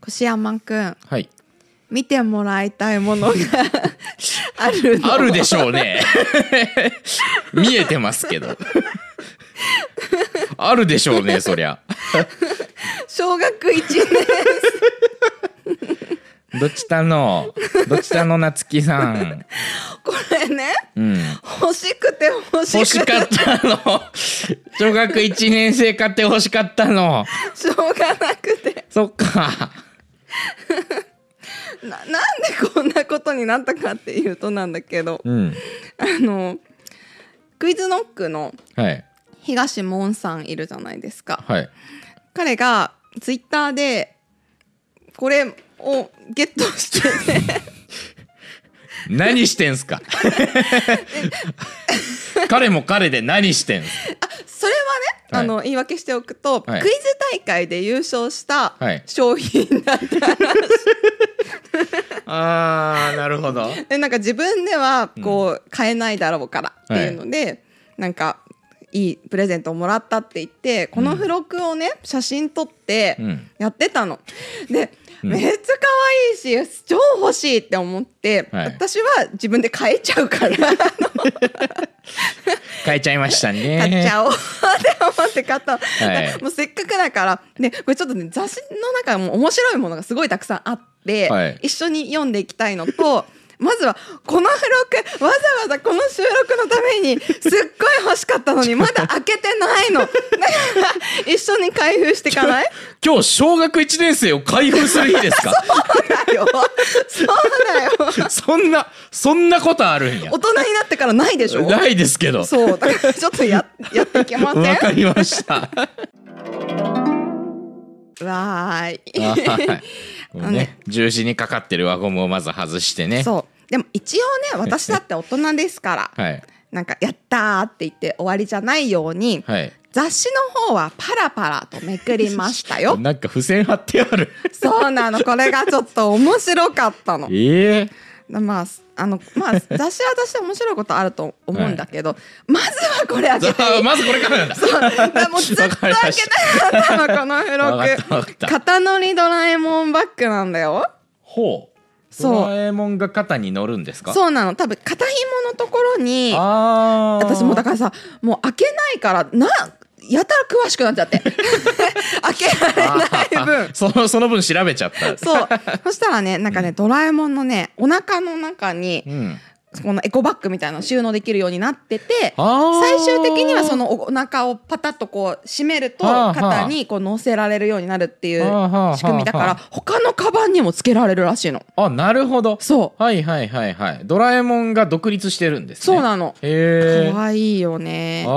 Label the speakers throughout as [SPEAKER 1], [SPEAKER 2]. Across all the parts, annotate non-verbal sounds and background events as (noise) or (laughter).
[SPEAKER 1] こしやまくん
[SPEAKER 2] はい。
[SPEAKER 1] 見てもらいたいも
[SPEAKER 2] (laughs)
[SPEAKER 1] のがあるの
[SPEAKER 2] あるでしょうね。見えてますけど。あるでしょうね、そりゃ。
[SPEAKER 1] 小学1年
[SPEAKER 2] (laughs) どっちたの、どっちたのなつきさん。
[SPEAKER 1] これね
[SPEAKER 2] うん。
[SPEAKER 1] 欲しくて欲
[SPEAKER 2] 欲
[SPEAKER 1] し
[SPEAKER 2] し
[SPEAKER 1] くて
[SPEAKER 2] かったの。小学1年生買って欲しかったの。
[SPEAKER 1] しょうがなくて
[SPEAKER 2] そっか。
[SPEAKER 1] ななんでこんなことになったかっていうとなんだけど
[SPEAKER 2] うん。
[SPEAKER 1] あのクイズノックの
[SPEAKER 2] はい。
[SPEAKER 1] 東門さんいるじゃないですか
[SPEAKER 2] はい。
[SPEAKER 1] 彼がツイッターでこれをゲットしてて
[SPEAKER 2] 何してんすか彼も彼で何してんす
[SPEAKER 1] それはね、
[SPEAKER 2] は
[SPEAKER 1] あ
[SPEAKER 2] い
[SPEAKER 1] の言い訳しておくと、
[SPEAKER 2] はい
[SPEAKER 1] クイズ大会で優勝した
[SPEAKER 2] はい
[SPEAKER 1] 商品だ (laughs) った、
[SPEAKER 2] あー、なるほど。
[SPEAKER 1] でなんか自分ではこう、買えないだろうからっていうので、なんかいいプレゼントをもらったって言ってこの付録をね、写真撮って
[SPEAKER 2] うん
[SPEAKER 1] やってたの。で、
[SPEAKER 2] うん
[SPEAKER 1] めっちゃ可愛いし超欲しいって思って、
[SPEAKER 2] はい
[SPEAKER 1] 私は自分で買えちゃうから。 (laughs)
[SPEAKER 2] 変えちゃいましたね。
[SPEAKER 1] 買っちゃおう (laughs) って思って買ったの、
[SPEAKER 2] はい
[SPEAKER 1] もうせっかくだからでこれちょっとね雑誌の中も面白いものがすごいたくさんあって、
[SPEAKER 2] はい
[SPEAKER 1] 一緒に読んでいきたいのと (laughs) まずはこの付録わざわざこの収録のためにすっごい欲しかったの
[SPEAKER 2] (laughs)
[SPEAKER 1] にまだ開けてないのだ (laughs) から一緒に開封していかない
[SPEAKER 2] (laughs) 今日小学1年生を開封する日ですか
[SPEAKER 1] だよそうだよ
[SPEAKER 2] そんな、そんなことあるんや
[SPEAKER 1] 大。人になってからないでしょ
[SPEAKER 2] ないですけど。
[SPEAKER 1] そうだからちょっとややっていけません
[SPEAKER 2] わかりました。
[SPEAKER 1] わーい
[SPEAKER 2] はいもうね、十字にかかってる輪ゴムをまず外してね。
[SPEAKER 1] そうでも一応ね私だって大人ですから
[SPEAKER 2] はい。
[SPEAKER 1] なんか「やった!」って言って終わりじゃないように、
[SPEAKER 2] はい。
[SPEAKER 1] 雑誌の方はパラパラとめくりました
[SPEAKER 2] (laughs)
[SPEAKER 1] よ
[SPEAKER 2] なんか付箋貼ってある。
[SPEAKER 1] そうなのこれがちょっと面白かったの
[SPEAKER 2] ええ
[SPEAKER 1] まああのまあ雑誌は雑誌で面白いことあると思うんだけど、まずはこれ開けてい
[SPEAKER 2] ー。
[SPEAKER 1] い
[SPEAKER 2] まずこれからなんだ。
[SPEAKER 1] そうだからもうずっと開けたか (laughs) ったのこの付
[SPEAKER 2] わかったわかっ
[SPEAKER 1] 録
[SPEAKER 2] た
[SPEAKER 1] 肩乗りドラえもんバッグなんだよ
[SPEAKER 2] ほう。
[SPEAKER 1] そう
[SPEAKER 2] ドラえもんが肩に乗るんですか。う。
[SPEAKER 1] そうなの多分肩紐のところに
[SPEAKER 2] ああ。
[SPEAKER 1] 私もだからさもう開けないからなやたら詳しくなっちゃ
[SPEAKER 2] (laughs)
[SPEAKER 1] って開けられない分
[SPEAKER 2] そのその分調べちゃった。
[SPEAKER 1] そうそしたらねなんかね、ドラえもんのねお腹の中に
[SPEAKER 2] うん。
[SPEAKER 1] このエコバッグみたいなの収納できるようになってて
[SPEAKER 2] あー
[SPEAKER 1] 最終的にはそのお腹をパタッとこう締めると
[SPEAKER 2] はあはあ
[SPEAKER 1] 肩にこう乗せられるようになるっていう
[SPEAKER 2] はあはあはあ
[SPEAKER 1] 仕組みだから他のカバンにもつけられるらしいの
[SPEAKER 2] あ、なるほど。
[SPEAKER 1] そ
[SPEAKER 2] はいはいはいはい。ドラえもんが独立してるんです
[SPEAKER 1] う
[SPEAKER 2] ね。
[SPEAKER 1] そうなの
[SPEAKER 2] へえ。
[SPEAKER 1] 可愛いよね
[SPEAKER 2] ああ、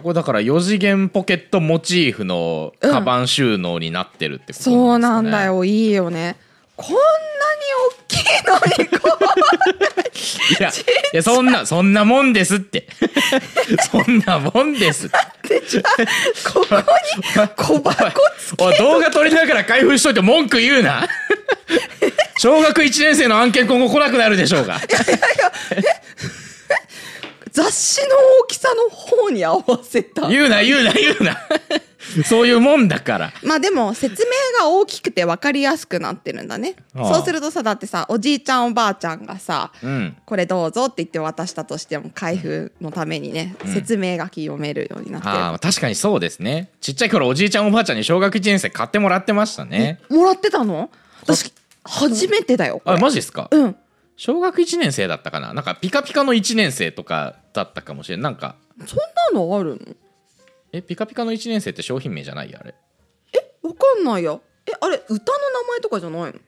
[SPEAKER 2] これだから4次元ポケットモチーフのカバン収納になってるってこと
[SPEAKER 1] そうな
[SPEAKER 2] なん
[SPEAKER 1] ん
[SPEAKER 2] ですかね
[SPEAKER 1] だ。よいいよねこんなに大きいのにこう
[SPEAKER 2] いや、いやそんな、そんなもんですって。 (laughs) そんなもんですって。
[SPEAKER 1] ここに小箱つ
[SPEAKER 2] おい動画撮りながら開封しといて文句言う
[SPEAKER 1] (laughs)
[SPEAKER 2] な。小学1年生の案件今後来なくなるでしょうが。
[SPEAKER 1] 雑誌の大きさの方に合わせた
[SPEAKER 2] 言うな、言うな、言うな。そういうもんだから。
[SPEAKER 1] まあでも説明が大きくて分かりやすくなってるんだね
[SPEAKER 2] ああ
[SPEAKER 1] そうするとさだってさおじいちゃんおばあちゃんがさ
[SPEAKER 2] うん。
[SPEAKER 1] これどうぞって言って渡したとしても開封のためにね、説明書き読めるようになってる
[SPEAKER 2] ああ、確かにそうですね。ちっちゃい頃おじいちゃんおばあちゃんに小学1年生買ってもらってましたね。
[SPEAKER 1] もらってたの私初めてだよこ
[SPEAKER 2] あ、
[SPEAKER 1] れ
[SPEAKER 2] マジですか
[SPEAKER 1] うん
[SPEAKER 2] 小学1年生だったかななんかピカピカの1年生とかだったかもしれんなんか
[SPEAKER 1] そんなのあるの
[SPEAKER 2] えピカピカの1年生って商品名じゃないよあれ
[SPEAKER 1] わかんないやえあれ歌の名前とかじゃないの
[SPEAKER 2] ちょ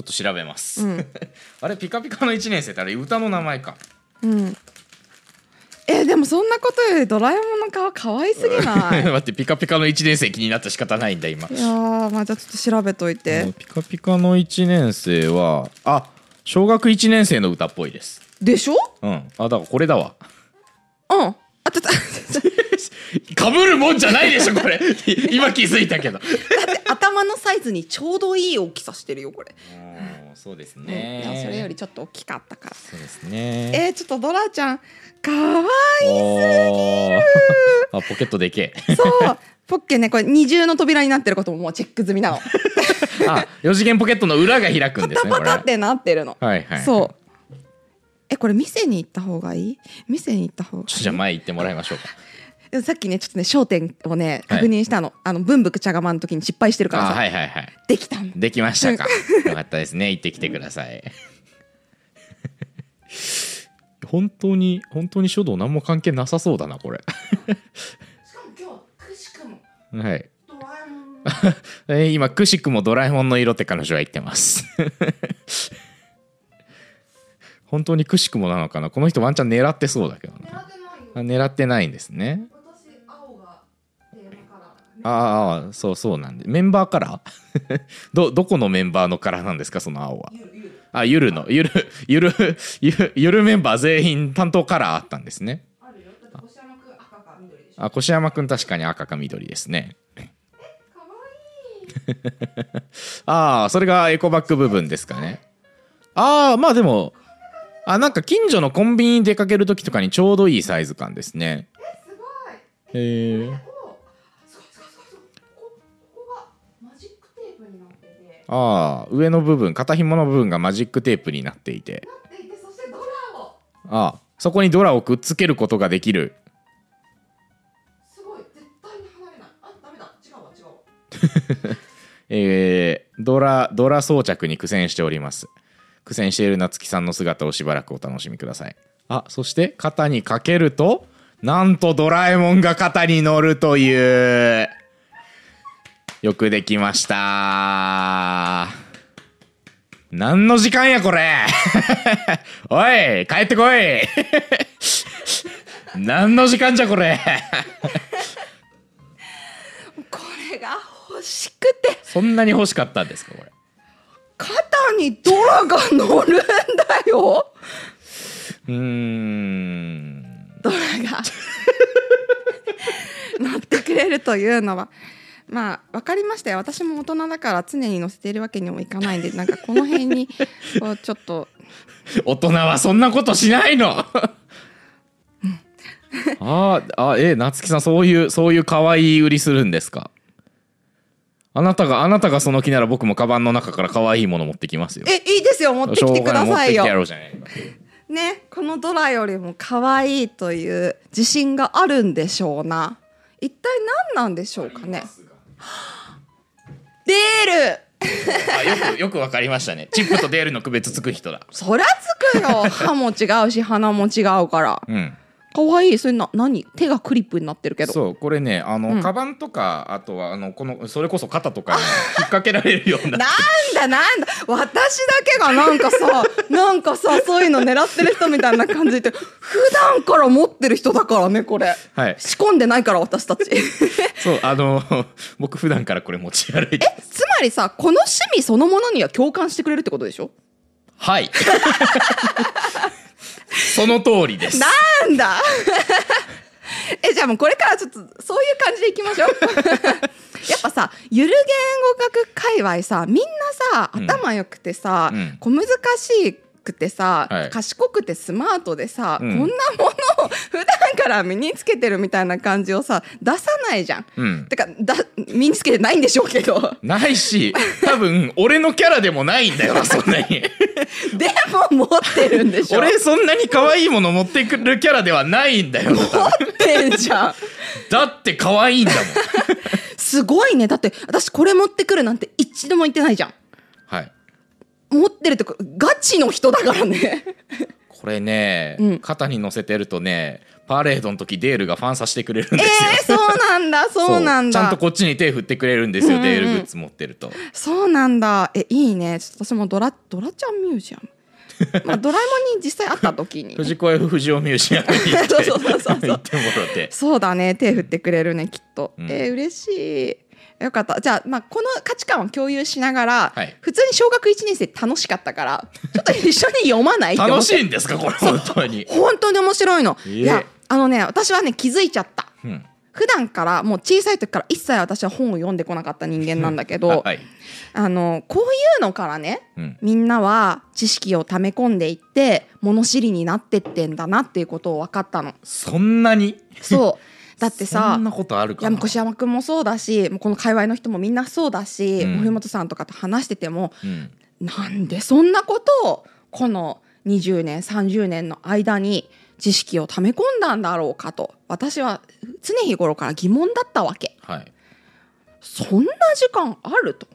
[SPEAKER 2] っと調べます、
[SPEAKER 1] うん
[SPEAKER 2] (laughs) あれピカピカの1年生ってあれ歌の名前か
[SPEAKER 1] うんえでもそんなことよりドラえもんの顔可愛すぎな
[SPEAKER 2] (laughs) 待
[SPEAKER 1] い
[SPEAKER 2] ってピカピカの1年生気になって仕方ないんだ今
[SPEAKER 1] いやーまあじゃあちょっと調べといて
[SPEAKER 2] ピカピカの1年生はあ小学1年生の歌っぽいです
[SPEAKER 1] でしょ
[SPEAKER 2] うんあだからこれだ (laughs) わ
[SPEAKER 1] うんあちょっと (laughs) ちょっと
[SPEAKER 2] かぶるもんじゃないでしょこれ (laughs) 今気づいたけど
[SPEAKER 1] だって頭のサイズにちょうどいい大きさしてるよこれ
[SPEAKER 2] (laughs) もうそうです
[SPEAKER 1] うんでも
[SPEAKER 2] ね。
[SPEAKER 1] それよりちょっと大きかったから
[SPEAKER 2] そうですね。え
[SPEAKER 1] えー、ちょっとドラちゃんかわい
[SPEAKER 2] おー (laughs) あポケットでけ
[SPEAKER 1] い
[SPEAKER 2] (laughs)
[SPEAKER 1] そうポッケねこれ二重の扉になってることももうチェック済みなの
[SPEAKER 2] え。あ四次元ポケットの裏が開くんですね
[SPEAKER 1] パ
[SPEAKER 2] これ。
[SPEAKER 1] タ
[SPEAKER 2] は
[SPEAKER 1] ってなってるの、
[SPEAKER 2] いはい。う。
[SPEAKER 1] そうえこれ店に行った方がいい店に行った方がいい
[SPEAKER 2] ちょっとじゃあ前行ってもらいましょうか。
[SPEAKER 1] でさっきねちょっとね焦点をね
[SPEAKER 2] はい
[SPEAKER 1] 確認したの、あの文福茶釜の時に失敗してるから
[SPEAKER 2] あ
[SPEAKER 1] さ、
[SPEAKER 2] はいはいはい。
[SPEAKER 1] できたん
[SPEAKER 2] できましたか。よかったですね。行ってきてください。 (laughs) 本当に本当に書道何も関係なさそうだなこれ。
[SPEAKER 1] しかも今日くしくも
[SPEAKER 2] はい。
[SPEAKER 1] ドラえもん
[SPEAKER 2] えー今くしくもドラえもんの色って彼女は言ってます (laughs) 本当にくしくもなのかなこの人ワンチャン狙ってそうだけどなあ狙ってないんですね
[SPEAKER 1] 私青がテーマから
[SPEAKER 2] あーあーそうそうなんでメンバーカラー (laughs) どどこのメンバーのカラーなんですかその青はあゆるのゆるゆるゆるゆるメンバー全員担当カラーあったんですね
[SPEAKER 1] あるよだって星山くん赤か緑でしょ
[SPEAKER 2] あ越山くん確かに赤か緑ですね
[SPEAKER 1] かわ
[SPEAKER 2] (laughs) ああそれがエコバッグ部分ですかねああまあでもあなんか近所のコンビニに出かける時とかにちょうどいいサイズ感です
[SPEAKER 1] いい
[SPEAKER 2] ね
[SPEAKER 1] すごい
[SPEAKER 2] へえ
[SPEAKER 1] おすごいすごいすごいすごいこここがマジックテープになってて
[SPEAKER 2] ああ上の部分肩紐の部分がマジックテープになっていて
[SPEAKER 1] なっていてそしてドラを
[SPEAKER 2] ああそこにドラをくっつけることができる
[SPEAKER 1] すごい絶対に離れないあダメだ違うわ違うわ
[SPEAKER 2] えードラドラ装着に苦戦しております苦戦している夏木さんの姿をしばらくお楽しみくださいあそして肩にかけるとなんとドラえもんが肩に乗るというよくできました何の時間やこれ (laughs) おい帰ってこい (laughs) 何の時間じゃこれ
[SPEAKER 1] これが欲しくて
[SPEAKER 2] そんなに欲しかったんですかこれ
[SPEAKER 1] 肩にドラが乗るんだよ
[SPEAKER 2] うーん
[SPEAKER 1] ドラが乗ってくれるというのはまあ分かりましたよ私も大人だから常に乗せているわけにもいかないんでなんかこの辺にこうちょっと
[SPEAKER 2] 大人はそんなことしないのあーあえー夏木さんそういうそういう可愛い売りするんですかあなたがあなたがその気なら僕もカバンの中から可愛いもの持ってきますよ
[SPEAKER 1] えいいですよ持ってきてください
[SPEAKER 2] しょうがない持ってきてや
[SPEAKER 1] よ
[SPEAKER 2] ろうじゃないか
[SPEAKER 1] ねこのドラよりも可愛いという自信があるんでしょうな一体何なんでしょうかねデール
[SPEAKER 2] あよくよくわかりましたねチップとデールの区別つく人だ
[SPEAKER 1] そりゃつくよ歯も違うし鼻も違うから
[SPEAKER 2] うん
[SPEAKER 1] 可愛いそれな何手がクリップになってるけど
[SPEAKER 2] そうこれねあの、
[SPEAKER 1] うん
[SPEAKER 2] カバンとかあとはあのこのそれこそ肩とかに引っ掛けられるような
[SPEAKER 1] (laughs) なんだなんだ私だけがなんかさなんかさそういうの狙ってる人みたいな感じで普段から持ってる人だからねこれ
[SPEAKER 2] はい
[SPEAKER 1] 仕込んでないから私たち
[SPEAKER 2] そうあの僕普段からこれ持ち歩いて
[SPEAKER 1] つまりさこの趣味そのものには共感してくれるってことでしょ
[SPEAKER 2] はい。 (laughs) その通りです。
[SPEAKER 1] なんだ (laughs) えじゃあもうこれからちょっとそういう感じでいきましょう (laughs) やっぱさゆる言語学界隈さみんなさ
[SPEAKER 2] うん
[SPEAKER 1] 頭良くてさ、
[SPEAKER 2] うん
[SPEAKER 1] 小難しくてさ、
[SPEAKER 2] はい
[SPEAKER 1] 賢くてスマートでさ、
[SPEAKER 2] うん
[SPEAKER 1] こんなものを (laughs) 普段から身につけてるみたいな感じをさ出さないじゃん。
[SPEAKER 2] うん。
[SPEAKER 1] てかだ身につけてないんでしょうけど
[SPEAKER 2] (laughs) ないし、多分、俺のキャラでもないんだよ
[SPEAKER 1] (laughs)
[SPEAKER 2] な、そんなに。
[SPEAKER 1] でも持ってるんでしょ
[SPEAKER 2] 俺、そんなに可愛いもの持ってくるキャラではないんだよ。
[SPEAKER 1] 持ってんじゃん。
[SPEAKER 2] だって可愛いんだもん。
[SPEAKER 1] すごいねだって私これ持ってくるなんて一度も言ってないじゃん。
[SPEAKER 2] はい。
[SPEAKER 1] 持ってるとかガチの人だ
[SPEAKER 2] (laughs)
[SPEAKER 1] からね
[SPEAKER 2] これね、
[SPEAKER 1] うん
[SPEAKER 2] 肩に乗せてるとね、パレードの時デールがファンさせてくれるん
[SPEAKER 1] え
[SPEAKER 2] ですよ。
[SPEAKER 1] ー、そうなんだそうなん
[SPEAKER 2] (laughs) そうちゃ
[SPEAKER 1] だ
[SPEAKER 2] んとこっちに手振ってくれるんですよ、
[SPEAKER 1] うんうんうん
[SPEAKER 2] デールグッズ持ってると。
[SPEAKER 1] そうなんだえいいねちょっと私もドラドラちゃんミュージア
[SPEAKER 2] (laughs)
[SPEAKER 1] ム、まあ、ドラえもんに実際会った時に
[SPEAKER 2] 藤子 F 不二雄ミュージアムに行って、
[SPEAKER 1] (laughs) そうそうそうそう
[SPEAKER 2] 行ってもろて。
[SPEAKER 1] そうだね手振ってくれるねきっと、
[SPEAKER 2] うん
[SPEAKER 1] えー嬉しいよかったじゃあ,、まあこの価値観を共有しながら、
[SPEAKER 2] はい
[SPEAKER 1] 普通に小学1年生楽しかったから
[SPEAKER 2] (laughs)
[SPEAKER 1] ちょっと一緒に読まないって思
[SPEAKER 2] 楽
[SPEAKER 1] っ
[SPEAKER 2] していんですか、これ、本当に。
[SPEAKER 1] 本当に面白いの、
[SPEAKER 2] えー
[SPEAKER 1] いやあのね私はね気づいちゃった
[SPEAKER 2] うん。
[SPEAKER 1] 普普段からもう小さい時から一切私は本を読んでこなかった人間なんだけど、
[SPEAKER 2] あはい
[SPEAKER 1] あのこういうのからね、
[SPEAKER 2] うん
[SPEAKER 1] みんなは知識を溜め込んでいって物知りになってってんだなっていうことを分かったの。
[SPEAKER 2] そんなに (laughs)
[SPEAKER 1] そうだって
[SPEAKER 2] そ
[SPEAKER 1] さ
[SPEAKER 2] んなことある
[SPEAKER 1] い
[SPEAKER 2] か
[SPEAKER 1] や
[SPEAKER 2] な
[SPEAKER 1] もう越山君もそうだしもうこの界隈の人もみんなそうだし、
[SPEAKER 2] うん
[SPEAKER 1] 森本さんとかと話してても
[SPEAKER 2] うん
[SPEAKER 1] なんでそんなことをこの20年30年の間に知識を溜め込んだんだろうかと私は常日頃から疑問だったわけ
[SPEAKER 2] はい
[SPEAKER 1] そんな時間あると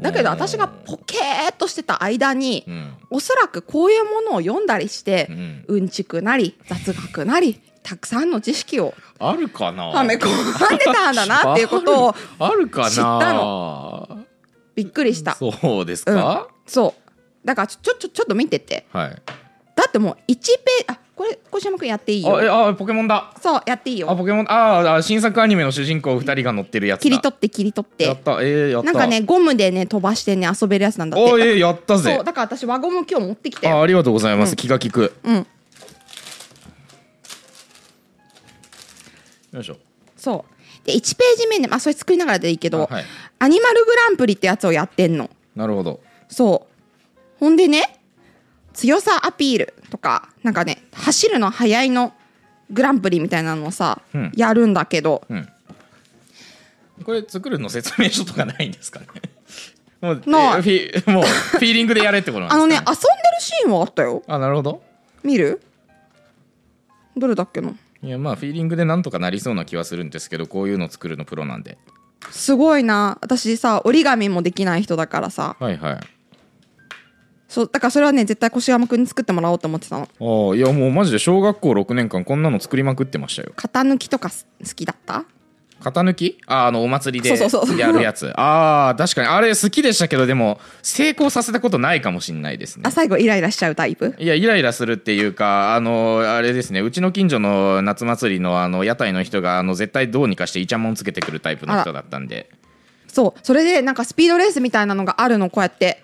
[SPEAKER 1] だけど
[SPEAKER 2] うん
[SPEAKER 1] 私がポケーっとしてた間に
[SPEAKER 2] うん
[SPEAKER 1] おそらくこういうものを読んだりして
[SPEAKER 2] うん
[SPEAKER 1] うんちくなり雑学なりたくさんの知識を
[SPEAKER 2] あるかな
[SPEAKER 1] はめ込んでたんだなっていうことを
[SPEAKER 2] あるかな
[SPEAKER 1] 知った
[SPEAKER 2] の
[SPEAKER 1] びっくりした
[SPEAKER 2] (laughs) そうですか、
[SPEAKER 1] そうだからちょちょちょちょっと見てて
[SPEAKER 2] はい
[SPEAKER 1] だってもう1ページあこれ小島君やっていい
[SPEAKER 2] あえ
[SPEAKER 1] よ
[SPEAKER 2] あポケモンだ
[SPEAKER 1] そうやっていい
[SPEAKER 2] あ
[SPEAKER 1] よ
[SPEAKER 2] ポケモンあーあー新作アニメの主人公二人が乗ってるやつだ
[SPEAKER 1] 切り取って切り取っ
[SPEAKER 2] やってたえー、やった
[SPEAKER 1] なんかねゴムでね飛ばしてね遊べるやつなんだ
[SPEAKER 2] あ
[SPEAKER 1] っ
[SPEAKER 2] え
[SPEAKER 1] て
[SPEAKER 2] ー、やった
[SPEAKER 1] そ
[SPEAKER 2] ぜ
[SPEAKER 1] うだから私輪ゴム今日持ってきたよ
[SPEAKER 2] あありがとうございます、気が利く
[SPEAKER 1] うん
[SPEAKER 2] よいしょ
[SPEAKER 1] そうで1ページ目ねまあそれ作りながらでいいけど、
[SPEAKER 2] あはい
[SPEAKER 1] アニマルグランプリってやつをやってんの
[SPEAKER 2] なるほど
[SPEAKER 1] そうほんでね強さアピールとかなんかね走るの速いのグランプリみたいなのをさ、
[SPEAKER 2] うん
[SPEAKER 1] やるんだけど
[SPEAKER 2] うんこれ作るの説明書とかないんですかね (laughs) もう
[SPEAKER 1] ない
[SPEAKER 2] えフィもうフィーリングでやれってことなんで
[SPEAKER 1] あの
[SPEAKER 2] す
[SPEAKER 1] ね遊
[SPEAKER 2] か、ね、
[SPEAKER 1] んでるシーンはあったよ
[SPEAKER 2] あなるほど
[SPEAKER 1] 見るどれだっけない
[SPEAKER 2] やまあフィーリングでなんとかなりそうな気はするんですけどこういうの作るのプロなんです
[SPEAKER 1] ごいな私さ折り紙もできない人だからさ
[SPEAKER 2] はいはい
[SPEAKER 1] そうだからそれはね絶対越山くんに作ってもらおうと思ってたの
[SPEAKER 2] ああいやもうマジで小学校6年間こんなの作りまくってましたよ
[SPEAKER 1] 型抜きとかす好きだった
[SPEAKER 2] 型抜きああのお祭りで
[SPEAKER 1] そうそうそう
[SPEAKER 2] やるやつああ確かにあれ好きでしたけどでも成功させたことないかもしんないですね
[SPEAKER 1] あ最後イライラしちゃうタイプ
[SPEAKER 2] いやイライラするっていうかあのあれですねうちの近所の夏祭りのあの屋台の人があの絶対どうにかしてイチャモンつけてくるタイプの人だったんで
[SPEAKER 1] そうそれでなんかスピードレースみたいなのがあるのこうやって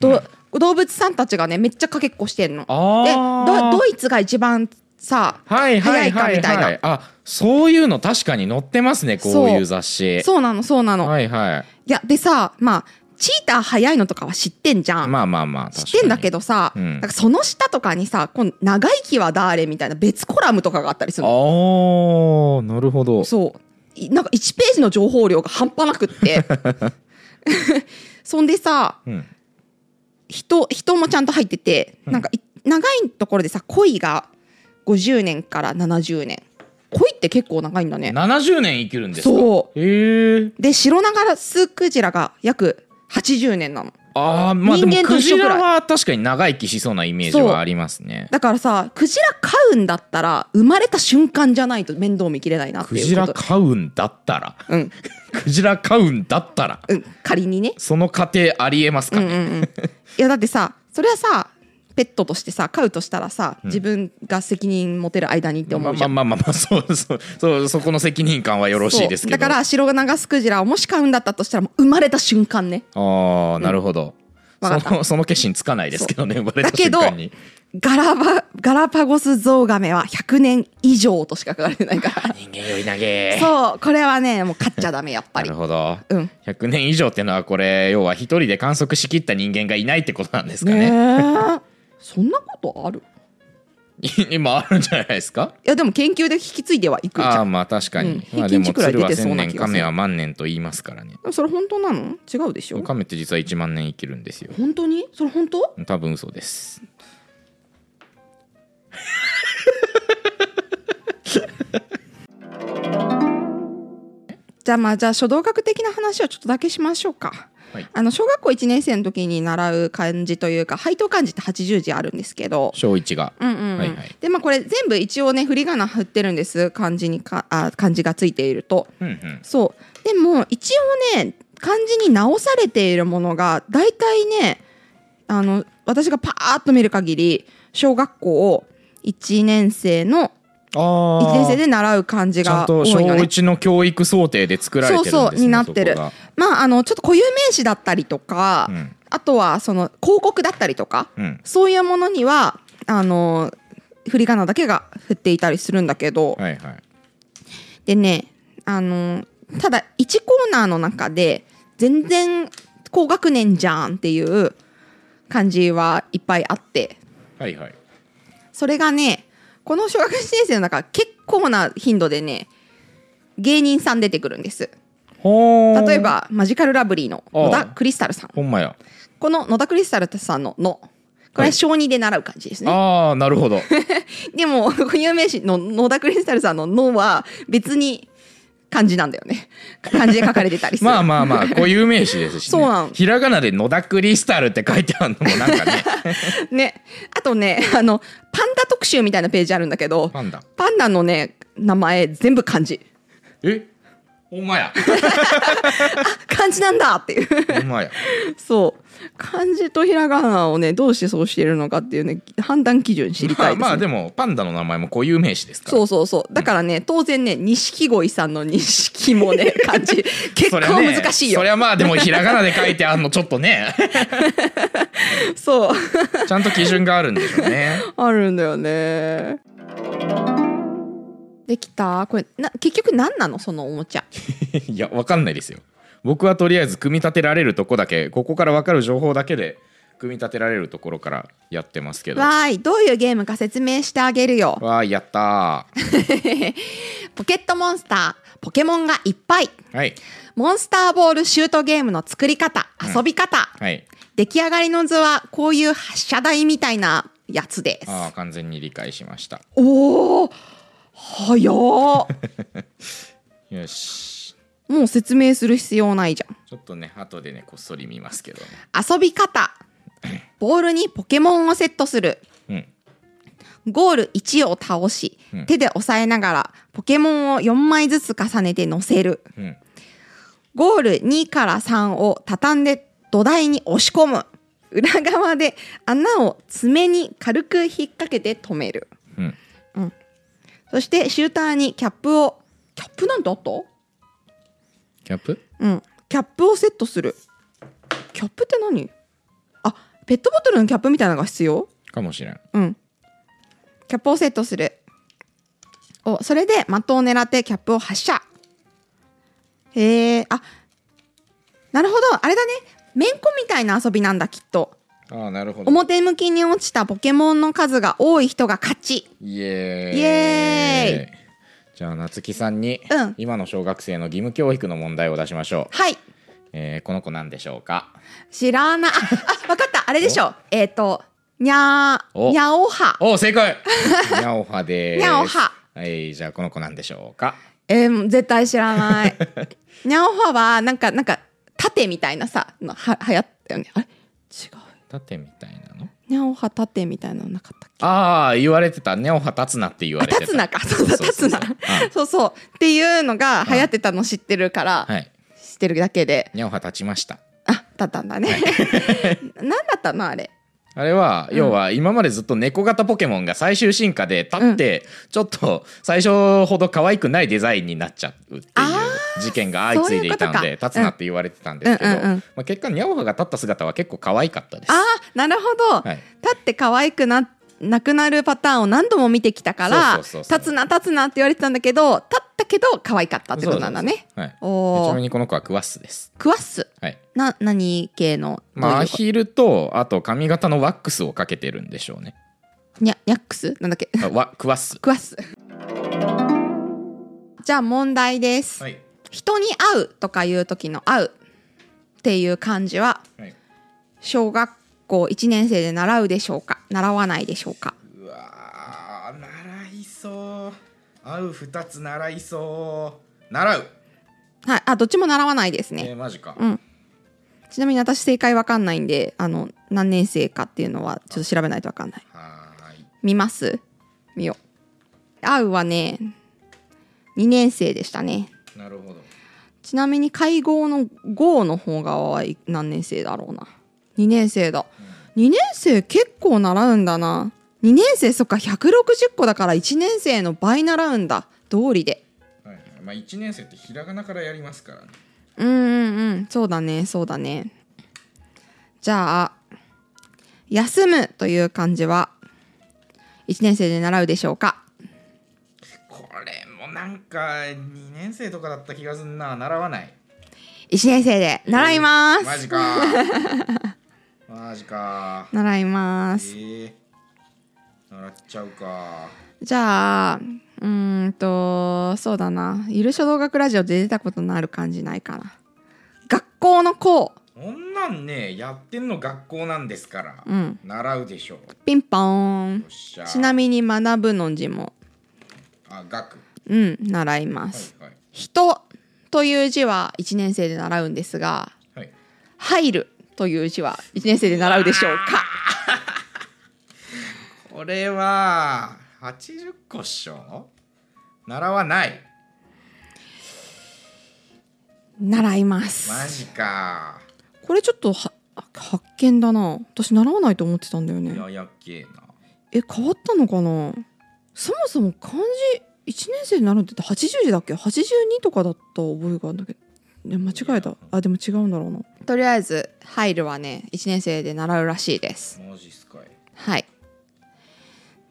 [SPEAKER 1] ど、動物さんたちがねめっちゃかけっこしてんので
[SPEAKER 2] あー
[SPEAKER 1] どドイツが一番さ、
[SPEAKER 2] はいはい
[SPEAKER 1] 早
[SPEAKER 2] はいい
[SPEAKER 1] かみたい
[SPEAKER 2] は
[SPEAKER 1] ない
[SPEAKER 2] あそういうの確かに載ってますねこういう雑誌
[SPEAKER 1] そうなのそうなの、い、
[SPEAKER 2] はいはい
[SPEAKER 1] やでさまあチーター速いのとかは知ってんじゃん、
[SPEAKER 2] まあまあまあ
[SPEAKER 1] 知ってんだけ
[SPEAKER 2] ど
[SPEAKER 1] どさ、
[SPEAKER 2] うん
[SPEAKER 1] なんかその下とかにさこの長生きは誰みたいな別コラムとかがあったりするの
[SPEAKER 2] ああなるほど
[SPEAKER 1] そういなんか1ページの情報量が半端なくって
[SPEAKER 2] (laughs)
[SPEAKER 1] そんでさ
[SPEAKER 2] うん
[SPEAKER 1] 人人もちゃんと入ってて、なんかい長いところでさ恋が50年から70年恋って結構長いんだね
[SPEAKER 2] 70年生きるんですか
[SPEAKER 1] そ
[SPEAKER 2] へえ
[SPEAKER 1] で白長ガラスクジラが約80年なの
[SPEAKER 2] ああまあで
[SPEAKER 1] 人
[SPEAKER 2] も
[SPEAKER 1] 間と
[SPEAKER 2] ク
[SPEAKER 1] 一緒
[SPEAKER 2] ジ
[SPEAKER 1] くらい
[SPEAKER 2] ラは確かに長生きしそうなイメージはありますね
[SPEAKER 1] だからさクジラ飼うんだったら生まれた瞬間じゃないと面倒見きれないなって
[SPEAKER 2] ク
[SPEAKER 1] いう
[SPEAKER 2] ジラ
[SPEAKER 1] こと
[SPEAKER 2] 飼うんだったら
[SPEAKER 1] うん、
[SPEAKER 2] クジラ飼うんだったら
[SPEAKER 1] うん、仮にね
[SPEAKER 2] その過程ありえますかね、
[SPEAKER 1] うんうん、いやだってさそれはさペットとしてさ飼うとしたらさ、自分が責任持てる間にって思
[SPEAKER 2] まあ
[SPEAKER 1] うじ
[SPEAKER 2] ま
[SPEAKER 1] ゃ
[SPEAKER 2] あ
[SPEAKER 1] ん。
[SPEAKER 2] まあまあ、まあ、そうそうそうそこの責任感はよろしいですけど
[SPEAKER 1] そうだから白長スクジラをもし飼うんだったとしたらもう生まれた瞬間ね
[SPEAKER 2] ああなるほど、
[SPEAKER 1] わかった
[SPEAKER 2] そのその決心つかないですけどね生まれ
[SPEAKER 1] だ
[SPEAKER 2] た
[SPEAKER 1] け
[SPEAKER 2] 瞬
[SPEAKER 1] ど
[SPEAKER 2] 間に
[SPEAKER 1] ガラバガラパゴスゾウガメは100年以上としか書かれてないか
[SPEAKER 2] 人間より投げ
[SPEAKER 1] らそうこれはねもう飼っちゃダメやっぱ
[SPEAKER 2] な
[SPEAKER 1] り
[SPEAKER 2] るほど、
[SPEAKER 1] うん
[SPEAKER 2] 100年以上ってのはこれ要は一人で観測しきった人間がいないってことなんですか
[SPEAKER 1] ね
[SPEAKER 2] ね
[SPEAKER 1] えそんなことある
[SPEAKER 2] 今あるんじゃないですか
[SPEAKER 1] いやでも研究で引き継いではいくじ
[SPEAKER 2] あ
[SPEAKER 1] ゃ
[SPEAKER 2] あ
[SPEAKER 1] ん
[SPEAKER 2] まあ確かに、
[SPEAKER 1] うん
[SPEAKER 2] まあで
[SPEAKER 1] 平均値
[SPEAKER 2] も
[SPEAKER 1] くらい
[SPEAKER 2] 鶴
[SPEAKER 1] 出
[SPEAKER 2] は
[SPEAKER 1] てそう
[SPEAKER 2] 千
[SPEAKER 1] な
[SPEAKER 2] 年
[SPEAKER 1] 気がする
[SPEAKER 2] 亀は万年と言いますからね
[SPEAKER 1] それ本当なの違うでしょ
[SPEAKER 2] 亀って実は1万年生きるんですよ
[SPEAKER 1] 本当にそれ本当
[SPEAKER 2] 多分嘘です
[SPEAKER 1] じゃあまあじゃあ書道学的な話をちょっとだけしましょうか。
[SPEAKER 2] はい
[SPEAKER 1] あの小学校1年生の時に習う漢字というか配当漢字って80字あるんですけど、
[SPEAKER 2] 小一が、
[SPEAKER 1] うんうんうん
[SPEAKER 2] はいはい
[SPEAKER 1] でまあこれ全部一応ね振り仮名振ってるんです漢字にかあ漢字がついていると。
[SPEAKER 2] うんうん、
[SPEAKER 1] そうでも一応ね漢字に直されているものが大体ねあの私がパーッと見る限り小学校1年生の
[SPEAKER 2] あ
[SPEAKER 1] 1
[SPEAKER 2] あ
[SPEAKER 1] 年生で習う漢字
[SPEAKER 2] ちゃ
[SPEAKER 1] が
[SPEAKER 2] ん
[SPEAKER 1] 多
[SPEAKER 2] と
[SPEAKER 1] い
[SPEAKER 2] 小
[SPEAKER 1] のね。
[SPEAKER 2] 一の教育想定で作られてるんですね
[SPEAKER 1] そうそうになってる
[SPEAKER 2] そこが
[SPEAKER 1] まあ、あのちょっと固有名詞だったりとか、
[SPEAKER 2] うん
[SPEAKER 1] あとはその広告だったりとか、
[SPEAKER 2] うん
[SPEAKER 1] そういうものにはあの振り仮名だけが振っていたりするんだけど、
[SPEAKER 2] はいはい
[SPEAKER 1] でねあのただ1コーナーの中で全然高学年じゃんっていう感じはいっぱいあって
[SPEAKER 2] はいはい
[SPEAKER 1] それがねこの小学1年生の中結構な頻度でね芸人さん出てくるんです
[SPEAKER 2] ほー
[SPEAKER 1] 例えばマジカルラブリーの野
[SPEAKER 2] ああ
[SPEAKER 1] 田クリスタルさん
[SPEAKER 2] ほんまや
[SPEAKER 1] この野田クリスタルさんの「の」これ
[SPEAKER 2] は
[SPEAKER 1] はい小2で習う感じですね、
[SPEAKER 2] ああなる
[SPEAKER 1] (laughs)
[SPEAKER 2] ほど
[SPEAKER 1] でも (laughs) 有名詞の野田クリスタルさんの「の」は別に漢字なんだよね漢字で書かれてたりする
[SPEAKER 2] まあまあまあ固有名詞ですし、ね、
[SPEAKER 1] そうなん
[SPEAKER 2] ひらがなで「野田クリスタル」って書いてあるのもなん
[SPEAKER 1] (laughs)
[SPEAKER 2] かね
[SPEAKER 1] ねあとねあのパンダ特集みたいなページあるんだけど
[SPEAKER 2] パンダ
[SPEAKER 1] パンダのね名前全部漢字
[SPEAKER 2] えほんまや
[SPEAKER 1] 漢字なんだっていう (laughs)
[SPEAKER 2] ほんまや
[SPEAKER 1] そう漢字とひらがなをねどうしてそうしているのかっていうね判断基準知りたいです、ね
[SPEAKER 2] まあまあでもパンダの名前も固有名詞ですから
[SPEAKER 1] そうそうそうだからね、当然ね錦鯉さんの錦もね漢
[SPEAKER 2] (laughs)
[SPEAKER 1] 字結構
[SPEAKER 2] そりゃね
[SPEAKER 1] 難しいよ
[SPEAKER 2] そりゃまあでもひらがなで書いてあんのちょっとね
[SPEAKER 1] そう
[SPEAKER 2] ちゃんと基準があるんでしょうね
[SPEAKER 1] あるんだよねできたこれな結局何なのそのおもちゃ
[SPEAKER 2] いやわかんないですよ僕はとりあえず組み立てられるとこだけここから分かる情報だけで組み立てられるところからやってますけどわ
[SPEAKER 1] わーいどういうゲームか説明してあげるよ
[SPEAKER 2] あやった
[SPEAKER 1] ポケットモンスターポケモンがいっぱい
[SPEAKER 2] ーはい
[SPEAKER 1] モンスターボールシュートゲームの作り方遊び方、
[SPEAKER 2] はい
[SPEAKER 1] 出来上がりの図はこういう発射台みたいなやつです
[SPEAKER 2] ああ完全に理解しました
[SPEAKER 1] おお早っも
[SPEAKER 2] よし
[SPEAKER 1] う説明する必要ないじゃん
[SPEAKER 2] ちょっとね後でねこっそり見ますけどね
[SPEAKER 1] 遊び方ボールにポケモンをセットする
[SPEAKER 2] うん
[SPEAKER 1] ゴール1を倒し、
[SPEAKER 2] うん
[SPEAKER 1] 手で押さえながらポケモンを4枚ずつ重ねて乗せる
[SPEAKER 2] うん
[SPEAKER 1] ゴール2から3を畳んで土台に押し込む裏側で穴を爪に軽く引っ掛けて止める
[SPEAKER 2] うん
[SPEAKER 1] そしてシューターにキャップをキャップなんてあった
[SPEAKER 2] キャップ
[SPEAKER 1] うんキャップをセットするキャップって何あペットボトルのキャップみたいなのが必要
[SPEAKER 2] かもしれん
[SPEAKER 1] うんキャップをセットするおそれで的を狙ってキャップを発射へえあなるほどあれだねめんこみたいな遊びなんだきっと
[SPEAKER 2] ああなるほど
[SPEAKER 1] 表向きに落ちたポケモンの数が多い人が勝ち
[SPEAKER 2] イエーイ
[SPEAKER 1] イエ
[SPEAKER 2] じゃあ夏希さんに、
[SPEAKER 1] うん
[SPEAKER 2] 今の小学生の義務教育の問題を出しましょう、
[SPEAKER 1] はい
[SPEAKER 2] えー、この子なんでしょうか
[SPEAKER 1] 知らないああわかったあれでしょえっ、とにゃー
[SPEAKER 2] お
[SPEAKER 1] にゃおは
[SPEAKER 2] お正解 (laughs) にゃおはです
[SPEAKER 1] にゃおは
[SPEAKER 2] はいじゃあこの子なんでしょうか
[SPEAKER 1] えーもう絶対知らない
[SPEAKER 2] (laughs)
[SPEAKER 1] にゃおははなんかなんか盾みたいなさのは流行ったよねあれ違う
[SPEAKER 2] 盾みたいなの
[SPEAKER 1] にゃおは盾みたいなのなかったっけ
[SPEAKER 2] ああ言われてたにゃおは立つなって言わ
[SPEAKER 1] あ
[SPEAKER 2] れてた
[SPEAKER 1] 立つなかそうだ
[SPEAKER 2] そう
[SPEAKER 1] 立
[SPEAKER 2] そう
[SPEAKER 1] つな
[SPEAKER 2] う
[SPEAKER 1] そうそうっていうのが流行ってたの知ってるから、
[SPEAKER 2] んはい
[SPEAKER 1] 知ってるだけで
[SPEAKER 2] にゃおは立ちました
[SPEAKER 1] あだったんだね、 (laughs) なんだったのあ
[SPEAKER 2] (laughs)
[SPEAKER 1] れ
[SPEAKER 2] あれは、要は今までずっと猫型ポケモンが最終進化で立って、ちょっと最初ほど可愛くないデザインになっちゃうっていう事件が相次いでいたん
[SPEAKER 1] そうい
[SPEAKER 2] で
[SPEAKER 1] うことか
[SPEAKER 2] 立つなって言われてたんですけど、
[SPEAKER 1] うんうんうんうん
[SPEAKER 2] まあ、結果ニャオハが立った姿は結構可愛かったです。
[SPEAKER 1] あーなるほど、
[SPEAKER 2] はい
[SPEAKER 1] 立って可愛くななくなるパターンを何度も見てきたから
[SPEAKER 2] そうそうそう
[SPEAKER 1] 立つ
[SPEAKER 2] そう
[SPEAKER 1] な立つなって言われてたんだけど立ったけど可愛かったってことなんだね
[SPEAKER 2] そうそうそう
[SPEAKER 1] お
[SPEAKER 2] は
[SPEAKER 1] ー
[SPEAKER 2] い、ちなみにこの子はクワッスです。
[SPEAKER 1] クワッス
[SPEAKER 2] はい
[SPEAKER 1] な何系の
[SPEAKER 2] まあ、
[SPEAKER 1] どう
[SPEAKER 2] ア
[SPEAKER 1] いうこ
[SPEAKER 2] ヒルとあと髪型のワックスをかけてるんでしょうね。
[SPEAKER 1] とニャニャックスなんだっけ (laughs)
[SPEAKER 2] あわクワッス。
[SPEAKER 1] クワッスじゃあ問題です、
[SPEAKER 2] はい、
[SPEAKER 1] 人に会うとかいう時の会うっていう漢字は
[SPEAKER 2] はい、
[SPEAKER 1] 小学校1年生で習うでしょうか習わないでしょうか
[SPEAKER 2] うわー習いそう合う2つ習いそう習う
[SPEAKER 1] はいあどっちも習わないですね、
[SPEAKER 2] えー、マジか、
[SPEAKER 1] うんちなみに私正解わかんないんであの何年生かっていうのはちょっと調べないとわかんない
[SPEAKER 2] はーい
[SPEAKER 1] 見ます見よう会うはね2年生でしたね
[SPEAKER 2] なるほど
[SPEAKER 1] ちなみに会合の号の方がはい何年生だろうな2年生だ2年生結構習うんだな2年生そっか160個だから1年生の倍習うんだ道理で
[SPEAKER 2] はいはい、まあ1年生ってひらがなからやりますからね
[SPEAKER 1] うんうんうんそうだねそうだねじゃあ「休む」という漢字は1年生で習うでしょうか
[SPEAKER 2] これももなんか2年生とかだった気がすんな習わない
[SPEAKER 1] 1年生で習います、
[SPEAKER 2] マジかマジか
[SPEAKER 1] 習いま
[SPEAKER 2] え
[SPEAKER 1] す
[SPEAKER 2] ー、習っちゃうか
[SPEAKER 1] じゃあうーんとそうだなゆる書道学ラジオで出たことのある感じないかな学校の校
[SPEAKER 2] こんなんねやってんの学校なんですから、
[SPEAKER 1] うん
[SPEAKER 2] 習うでしょう
[SPEAKER 1] ピンポーン
[SPEAKER 2] よっしゃ
[SPEAKER 1] ちなみに学ぶの字も
[SPEAKER 2] あ学は
[SPEAKER 1] うん習います、
[SPEAKER 2] いはい
[SPEAKER 1] 人という字は1年生で習うんですが
[SPEAKER 2] はい
[SPEAKER 1] 入るという字は1年生で習うでしょうか
[SPEAKER 2] これは80個っしょ習わない
[SPEAKER 1] 習います
[SPEAKER 2] マジか
[SPEAKER 1] これちょっとは発見だな私習わないと思ってたんだよ
[SPEAKER 2] い
[SPEAKER 1] ね
[SPEAKER 2] ややっけえな
[SPEAKER 1] え変わったのかなそもそも漢字1年生になるって言って80字だっけ82とかだった覚えがあるんだけどで間違えたあでも違うんだろうなとりあえず「入る」はね1年生で習うらしいです
[SPEAKER 2] マジっすかい
[SPEAKER 1] はい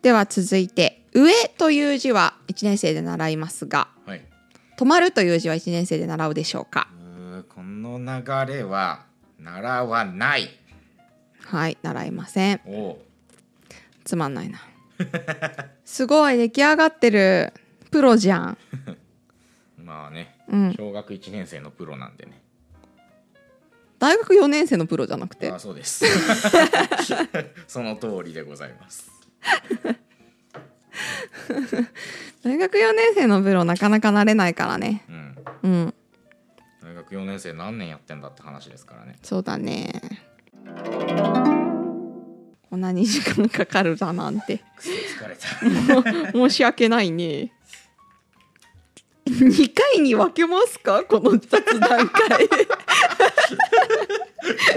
[SPEAKER 1] では続いて「上」という字は1年生で習いますが
[SPEAKER 2] はい
[SPEAKER 1] 「止まる」という字は1年生で習うでしょうか
[SPEAKER 2] うーこの流れは習わない
[SPEAKER 1] はい習いません
[SPEAKER 2] おう
[SPEAKER 1] つまんないなすごい出来上がってるプロじゃん
[SPEAKER 2] まあね、
[SPEAKER 1] うん
[SPEAKER 2] 小学1年生のプロなんでね
[SPEAKER 1] 大学4年生のプロじゃなくて
[SPEAKER 2] あそうです
[SPEAKER 1] (laughs)
[SPEAKER 2] その通りでございます
[SPEAKER 1] 大学4年生のプロなかなかなれないからね
[SPEAKER 2] うん
[SPEAKER 1] うん
[SPEAKER 2] 大学4年生何年やってんだって話ですからね
[SPEAKER 1] そうだねこんなに時間かかるだなんて
[SPEAKER 2] くそ (laughs) 疲れた
[SPEAKER 1] 申し訳ないね2回に分けますかこの雑談会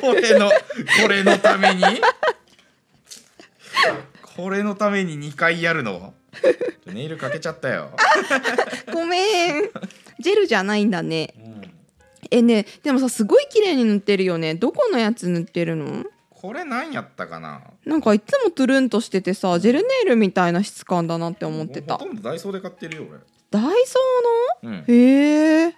[SPEAKER 2] これのこれのためにこれのために2回やるのネイルかけちゃったよ、
[SPEAKER 1] (laughs) ごめんジェルじゃないんだね
[SPEAKER 2] うん、
[SPEAKER 1] えねでもさすごい綺麗に塗ってるよねどこのやつ塗ってるの
[SPEAKER 2] これ何やったかな
[SPEAKER 1] なんかいつもトゥルンとしててさジェルネイルみたいな質感だなって思ってた
[SPEAKER 2] ほとんどダイソーで買ってるよ
[SPEAKER 1] ダイソ
[SPEAKER 2] 俺うん
[SPEAKER 1] ーのへえ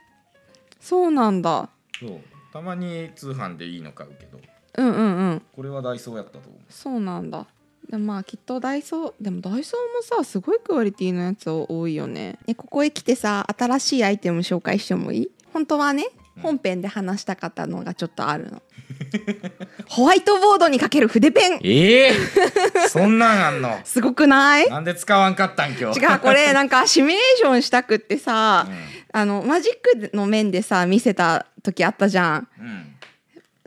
[SPEAKER 1] そうなんだ
[SPEAKER 2] そうたまに通販でいいの買うけど
[SPEAKER 1] うんうんうん
[SPEAKER 2] これはダイソーやったと思う
[SPEAKER 1] そうなんだでまあきっとダイソーでもダイソーもさすごいクオリティのやつ多いよねねここへ来てさ新しいアイテム紹介してもいい本当はね
[SPEAKER 2] うん
[SPEAKER 1] 本編で話したかったのがちょっとあるのホワイトボードにかける筆ペン
[SPEAKER 2] ええ (laughs) そんなんあんの
[SPEAKER 1] すごくない
[SPEAKER 2] なんで使わんかったん今日
[SPEAKER 1] 違うこれなんかシミュレーションしたくってさ、
[SPEAKER 2] う
[SPEAKER 1] あのマジックの面でさ見せた時あったじゃん
[SPEAKER 2] ん、うん、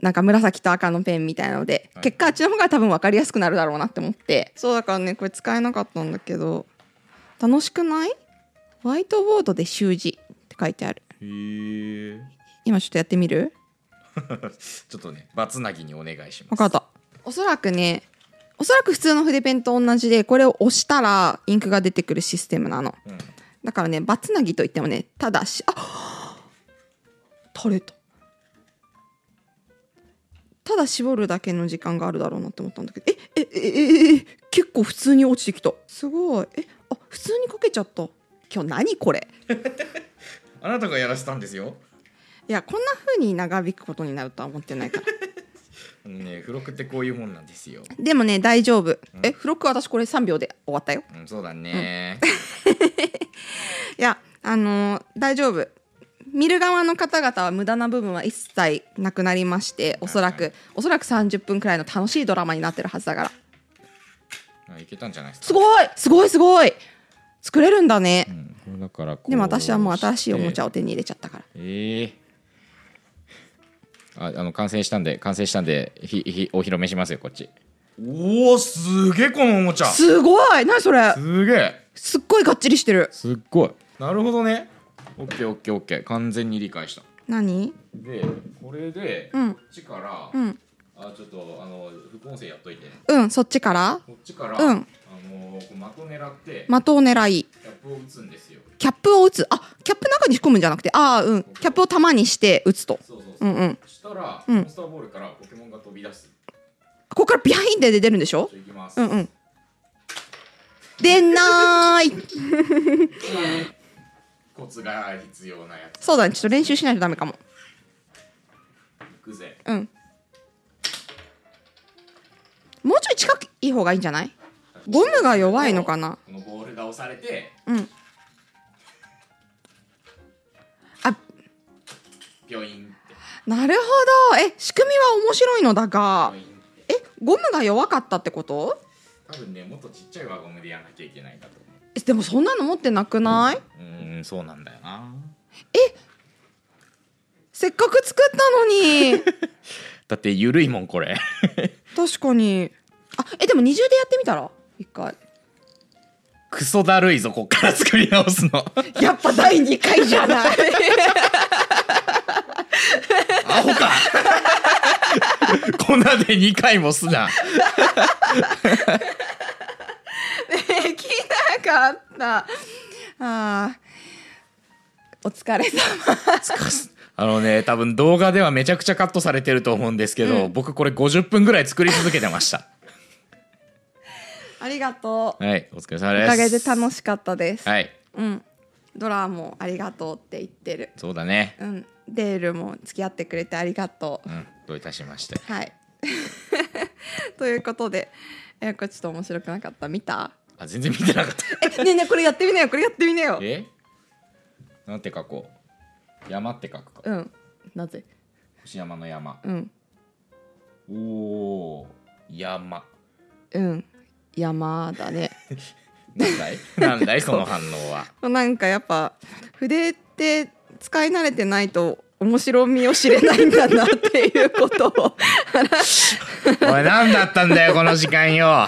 [SPEAKER 1] なんか紫と赤のペンみたいなので、
[SPEAKER 2] はい
[SPEAKER 1] 結果あっちの方が多分分かりやすくなるだろうなって思ってそうだからねこれ使えなかったんだけど楽しくないホワイトボードで習字って書いてある
[SPEAKER 2] へえ
[SPEAKER 1] 今ちょっとやってみる
[SPEAKER 2] ちょっとねバツナギにお願いします
[SPEAKER 1] 分かったおそらくねおそらく普通の筆ペンと同じでこれを押したらインクが出てくるシステムなの
[SPEAKER 2] うん、
[SPEAKER 1] だからねバツナギといってもねただしあ垂れたただ絞るだけの時間があるだろうなって思ったんだけどええええええ結構普通に落ちてきたすごいえあ普通にかけちゃった今日何これ
[SPEAKER 2] あなたがやらせたんですよ
[SPEAKER 1] いやこんな風に長引くことになるとは思ってないから
[SPEAKER 2] ね付録ってこういうもんなんですよ
[SPEAKER 1] でもね大丈夫え付録私これ3秒で終わったよ
[SPEAKER 2] うんそうだね、
[SPEAKER 1] いやあのー大丈夫見る側の方々は無駄な部分は一切なくなりましておそら
[SPEAKER 2] はい
[SPEAKER 1] くおそらく30分くらいの楽しいドラマになってるはずだから
[SPEAKER 2] (laughs) あいけたんじゃないです
[SPEAKER 1] す
[SPEAKER 2] か
[SPEAKER 1] ごいすごいすごい作れるんだね
[SPEAKER 2] うん、これだからこう
[SPEAKER 1] でも私はもう新しいおもちゃ
[SPEAKER 2] を
[SPEAKER 1] を手に入れちゃったから
[SPEAKER 2] ええああの完成したんで完成したんでひひお披露目しますよこっちおおすげえこのおもちゃす
[SPEAKER 1] すごい何それ
[SPEAKER 2] げえ
[SPEAKER 1] すっごいがっちりしてる
[SPEAKER 2] すっごいなるほどねオッケーオッケーオッケー完全に理解した
[SPEAKER 1] 何
[SPEAKER 2] でこれで、
[SPEAKER 1] うん
[SPEAKER 2] こっちから、
[SPEAKER 1] うん
[SPEAKER 2] あちょっとあの副音声やっといて
[SPEAKER 1] うんそっちから
[SPEAKER 2] こっちから、
[SPEAKER 1] うん
[SPEAKER 2] あのこう的を狙って
[SPEAKER 1] 的を狙い
[SPEAKER 2] キャップを打つんですよ
[SPEAKER 1] キャップを打つあキャップの中に仕込むんじゃなくてああうんキャップを玉にして打つと
[SPEAKER 2] そうそう
[SPEAKER 1] う
[SPEAKER 2] そう、
[SPEAKER 1] んうん
[SPEAKER 2] そしたら、
[SPEAKER 1] うん
[SPEAKER 2] モンスターボールからポケモンが飛び出す
[SPEAKER 1] ここからビハインで出るんでしょ
[SPEAKER 2] じゃあいきます、
[SPEAKER 1] うんうん。出ない。
[SPEAKER 2] コツが必要なやつ
[SPEAKER 1] そうだねちょっと練習しないとダメかも
[SPEAKER 2] いくぜ
[SPEAKER 1] うんもうちょい近くいい方がいいんじゃないゴムが弱いのかな
[SPEAKER 2] このボールが押されて
[SPEAKER 1] うんあ
[SPEAKER 2] ピョインって
[SPEAKER 1] なるほどえ仕組みは面白いのだ
[SPEAKER 2] ピ
[SPEAKER 1] が
[SPEAKER 2] ョインって
[SPEAKER 1] えゴムが弱かったってこと
[SPEAKER 2] 多分ねもっとちっちゃい輪ゴムでやんなきゃいけないんだと思
[SPEAKER 1] えでもそんなの持ってなくない、
[SPEAKER 2] ううんそうなんだよな
[SPEAKER 1] せっかく作 (laughs) ったのに
[SPEAKER 2] だってゆるいもんこれ (laughs)
[SPEAKER 1] 確かにあえでも二重でやってみたら一回
[SPEAKER 2] クソだるいぞこっから作り直 (laughs) すの
[SPEAKER 1] やっぱ第2回じゃない
[SPEAKER 2] アホか (laughs) 粉で2回もすな
[SPEAKER 1] できなかったあーお疲れ様
[SPEAKER 2] あのね多分動画ではめちゃくちゃカットされてると思うんですけど、僕これ50分ぐらい作り続けてました
[SPEAKER 1] ありがとう
[SPEAKER 2] はいお疲れ様です
[SPEAKER 1] おかげで楽しかったです、
[SPEAKER 2] はい
[SPEAKER 1] うんドラもありがとうって言ってる
[SPEAKER 2] そうだね
[SPEAKER 1] うんデールも付き合ってくれてありがとう
[SPEAKER 2] うんどういたしまして
[SPEAKER 1] はい (laughs) ということでえこれちょっと面白くなかった見た
[SPEAKER 2] あ全然見てなかった
[SPEAKER 1] えねえねえこれやってみなよこれやってみなよ
[SPEAKER 2] えなんて書こう山って書くか
[SPEAKER 1] うんなぜ
[SPEAKER 2] 星山の山
[SPEAKER 1] うん
[SPEAKER 2] おお山
[SPEAKER 1] うん山だね
[SPEAKER 2] な
[SPEAKER 1] (laughs)
[SPEAKER 2] んだいなんだいその反応は
[SPEAKER 1] なんかやっぱ筆って使い慣れてないと面白みを知れないんだなっていうことを
[SPEAKER 2] おい何だったんだよこの時間よ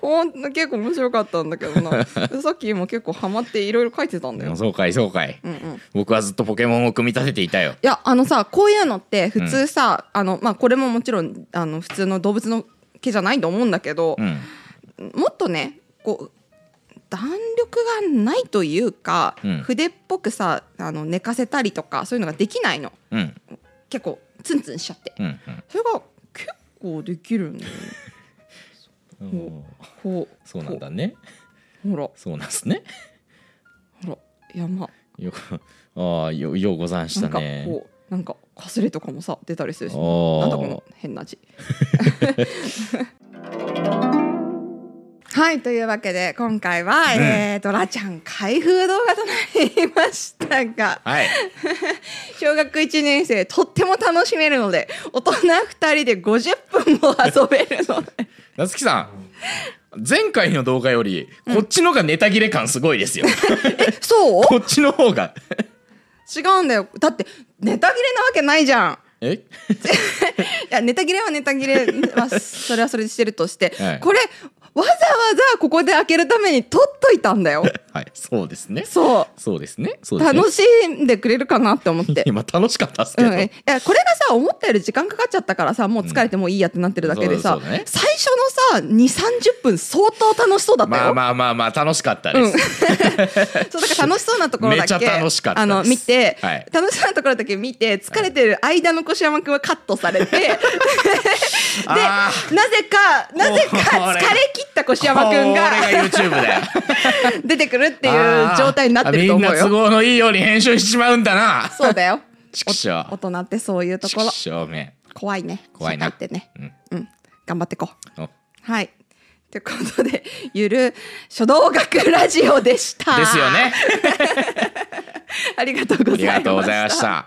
[SPEAKER 1] ほんと結構面白かったんだけど
[SPEAKER 2] (laughs)
[SPEAKER 1] なさっきも結構ハマっていろいろ書いてたんだよ。
[SPEAKER 2] そうかいそうかい
[SPEAKER 1] うんうん
[SPEAKER 2] 僕はずっとポケモンを組み立てていたよ
[SPEAKER 1] いやあのさこういうのって普通さ、あのまあ、これももちろんあの普通の動物の毛じゃないと思うんだけど
[SPEAKER 2] う、ん
[SPEAKER 1] もっとねこう弾力がないというか、
[SPEAKER 2] うん
[SPEAKER 1] 筆っぽくさあの寝かせたりとかそういうのができないの
[SPEAKER 2] うん
[SPEAKER 1] 結構ツンツンしちゃって。
[SPEAKER 2] うん
[SPEAKER 1] それが結構できるんだよね。
[SPEAKER 2] うん
[SPEAKER 1] お
[SPEAKER 2] おー
[SPEAKER 1] こう
[SPEAKER 2] そうなんだね
[SPEAKER 1] ほらほ
[SPEAKER 2] そうなんすね
[SPEAKER 1] ら山
[SPEAKER 2] よくああよようござんし
[SPEAKER 1] な
[SPEAKER 2] た
[SPEAKER 1] んか
[SPEAKER 2] ね
[SPEAKER 1] こうなんかかすれとかもさ出たりするし
[SPEAKER 2] おー
[SPEAKER 1] なんだこの変な字。はいというわけで今回は、
[SPEAKER 2] うん
[SPEAKER 1] えードラちゃん開封動画となりましたが
[SPEAKER 2] はい
[SPEAKER 1] 小学1年生とっても楽しめるので大人2人で50分も遊べるの
[SPEAKER 2] (laughs)
[SPEAKER 1] で
[SPEAKER 2] 夏木さん前回の動画よりこっちのがネタ切れ感すごいですよ、
[SPEAKER 1] えそう
[SPEAKER 2] こっちの方が
[SPEAKER 1] 違うんだよだってネタ切れなわけないじゃん
[SPEAKER 2] え
[SPEAKER 1] いやネタ切れはネタ切れはそれはそれでしてるとして、
[SPEAKER 2] (laughs) はい
[SPEAKER 1] これわざわざここで開けるために取っといたんだよ
[SPEAKER 2] はいそうですね
[SPEAKER 1] そ
[SPEAKER 2] そうですねそううですね
[SPEAKER 1] 楽しんでくれるかなって思っ
[SPEAKER 2] (laughs)
[SPEAKER 1] て。
[SPEAKER 2] 今楽しかったっす
[SPEAKER 1] う
[SPEAKER 2] けど、
[SPEAKER 1] ん、いやこれがさ思ったより時間かかっちゃったからさもう疲れてもういいやってなってるだけでさ、
[SPEAKER 2] うんそうだそうだね
[SPEAKER 1] 最初のさ2三3 0分相当楽しそうだったよ、
[SPEAKER 2] まあまあまあまあ楽しかったです、
[SPEAKER 1] そうだから楽しそうなところだけ
[SPEAKER 2] めちゃ楽しかったです
[SPEAKER 1] あの見て、
[SPEAKER 2] はい
[SPEAKER 1] 楽しそうなところだけ見て疲れてる間の越山くんはカットされて、
[SPEAKER 2] あ
[SPEAKER 1] で (laughs) なぜかなぜか
[SPEAKER 2] これ
[SPEAKER 1] 疲れ切った越山くんが
[SPEAKER 2] これが YouTube だよ
[SPEAKER 1] (laughs) 出てくるってい
[SPEAKER 2] あ
[SPEAKER 1] う
[SPEAKER 2] ー
[SPEAKER 1] 状態になってると思
[SPEAKER 2] み
[SPEAKER 1] うん
[SPEAKER 2] な都
[SPEAKER 1] よ。
[SPEAKER 2] 合のいいように編集してしまうんだな
[SPEAKER 1] そうだよ。
[SPEAKER 2] ちくしょ
[SPEAKER 1] 大
[SPEAKER 2] う
[SPEAKER 1] 人ってそういうと
[SPEAKER 2] ち
[SPEAKER 1] こ
[SPEAKER 2] く
[SPEAKER 1] ろ
[SPEAKER 2] しょうめ
[SPEAKER 1] 怖いね。
[SPEAKER 2] 怖いな
[SPEAKER 1] 社会ってね。
[SPEAKER 2] うん
[SPEAKER 1] うん、頑張ってこう。
[SPEAKER 2] お
[SPEAKER 1] はい。ということでゆる書道学ラジオでした。
[SPEAKER 2] ですよ。ね
[SPEAKER 1] (laughs) ありがとうござ
[SPEAKER 2] あり
[SPEAKER 1] いました。
[SPEAKER 2] がとうございました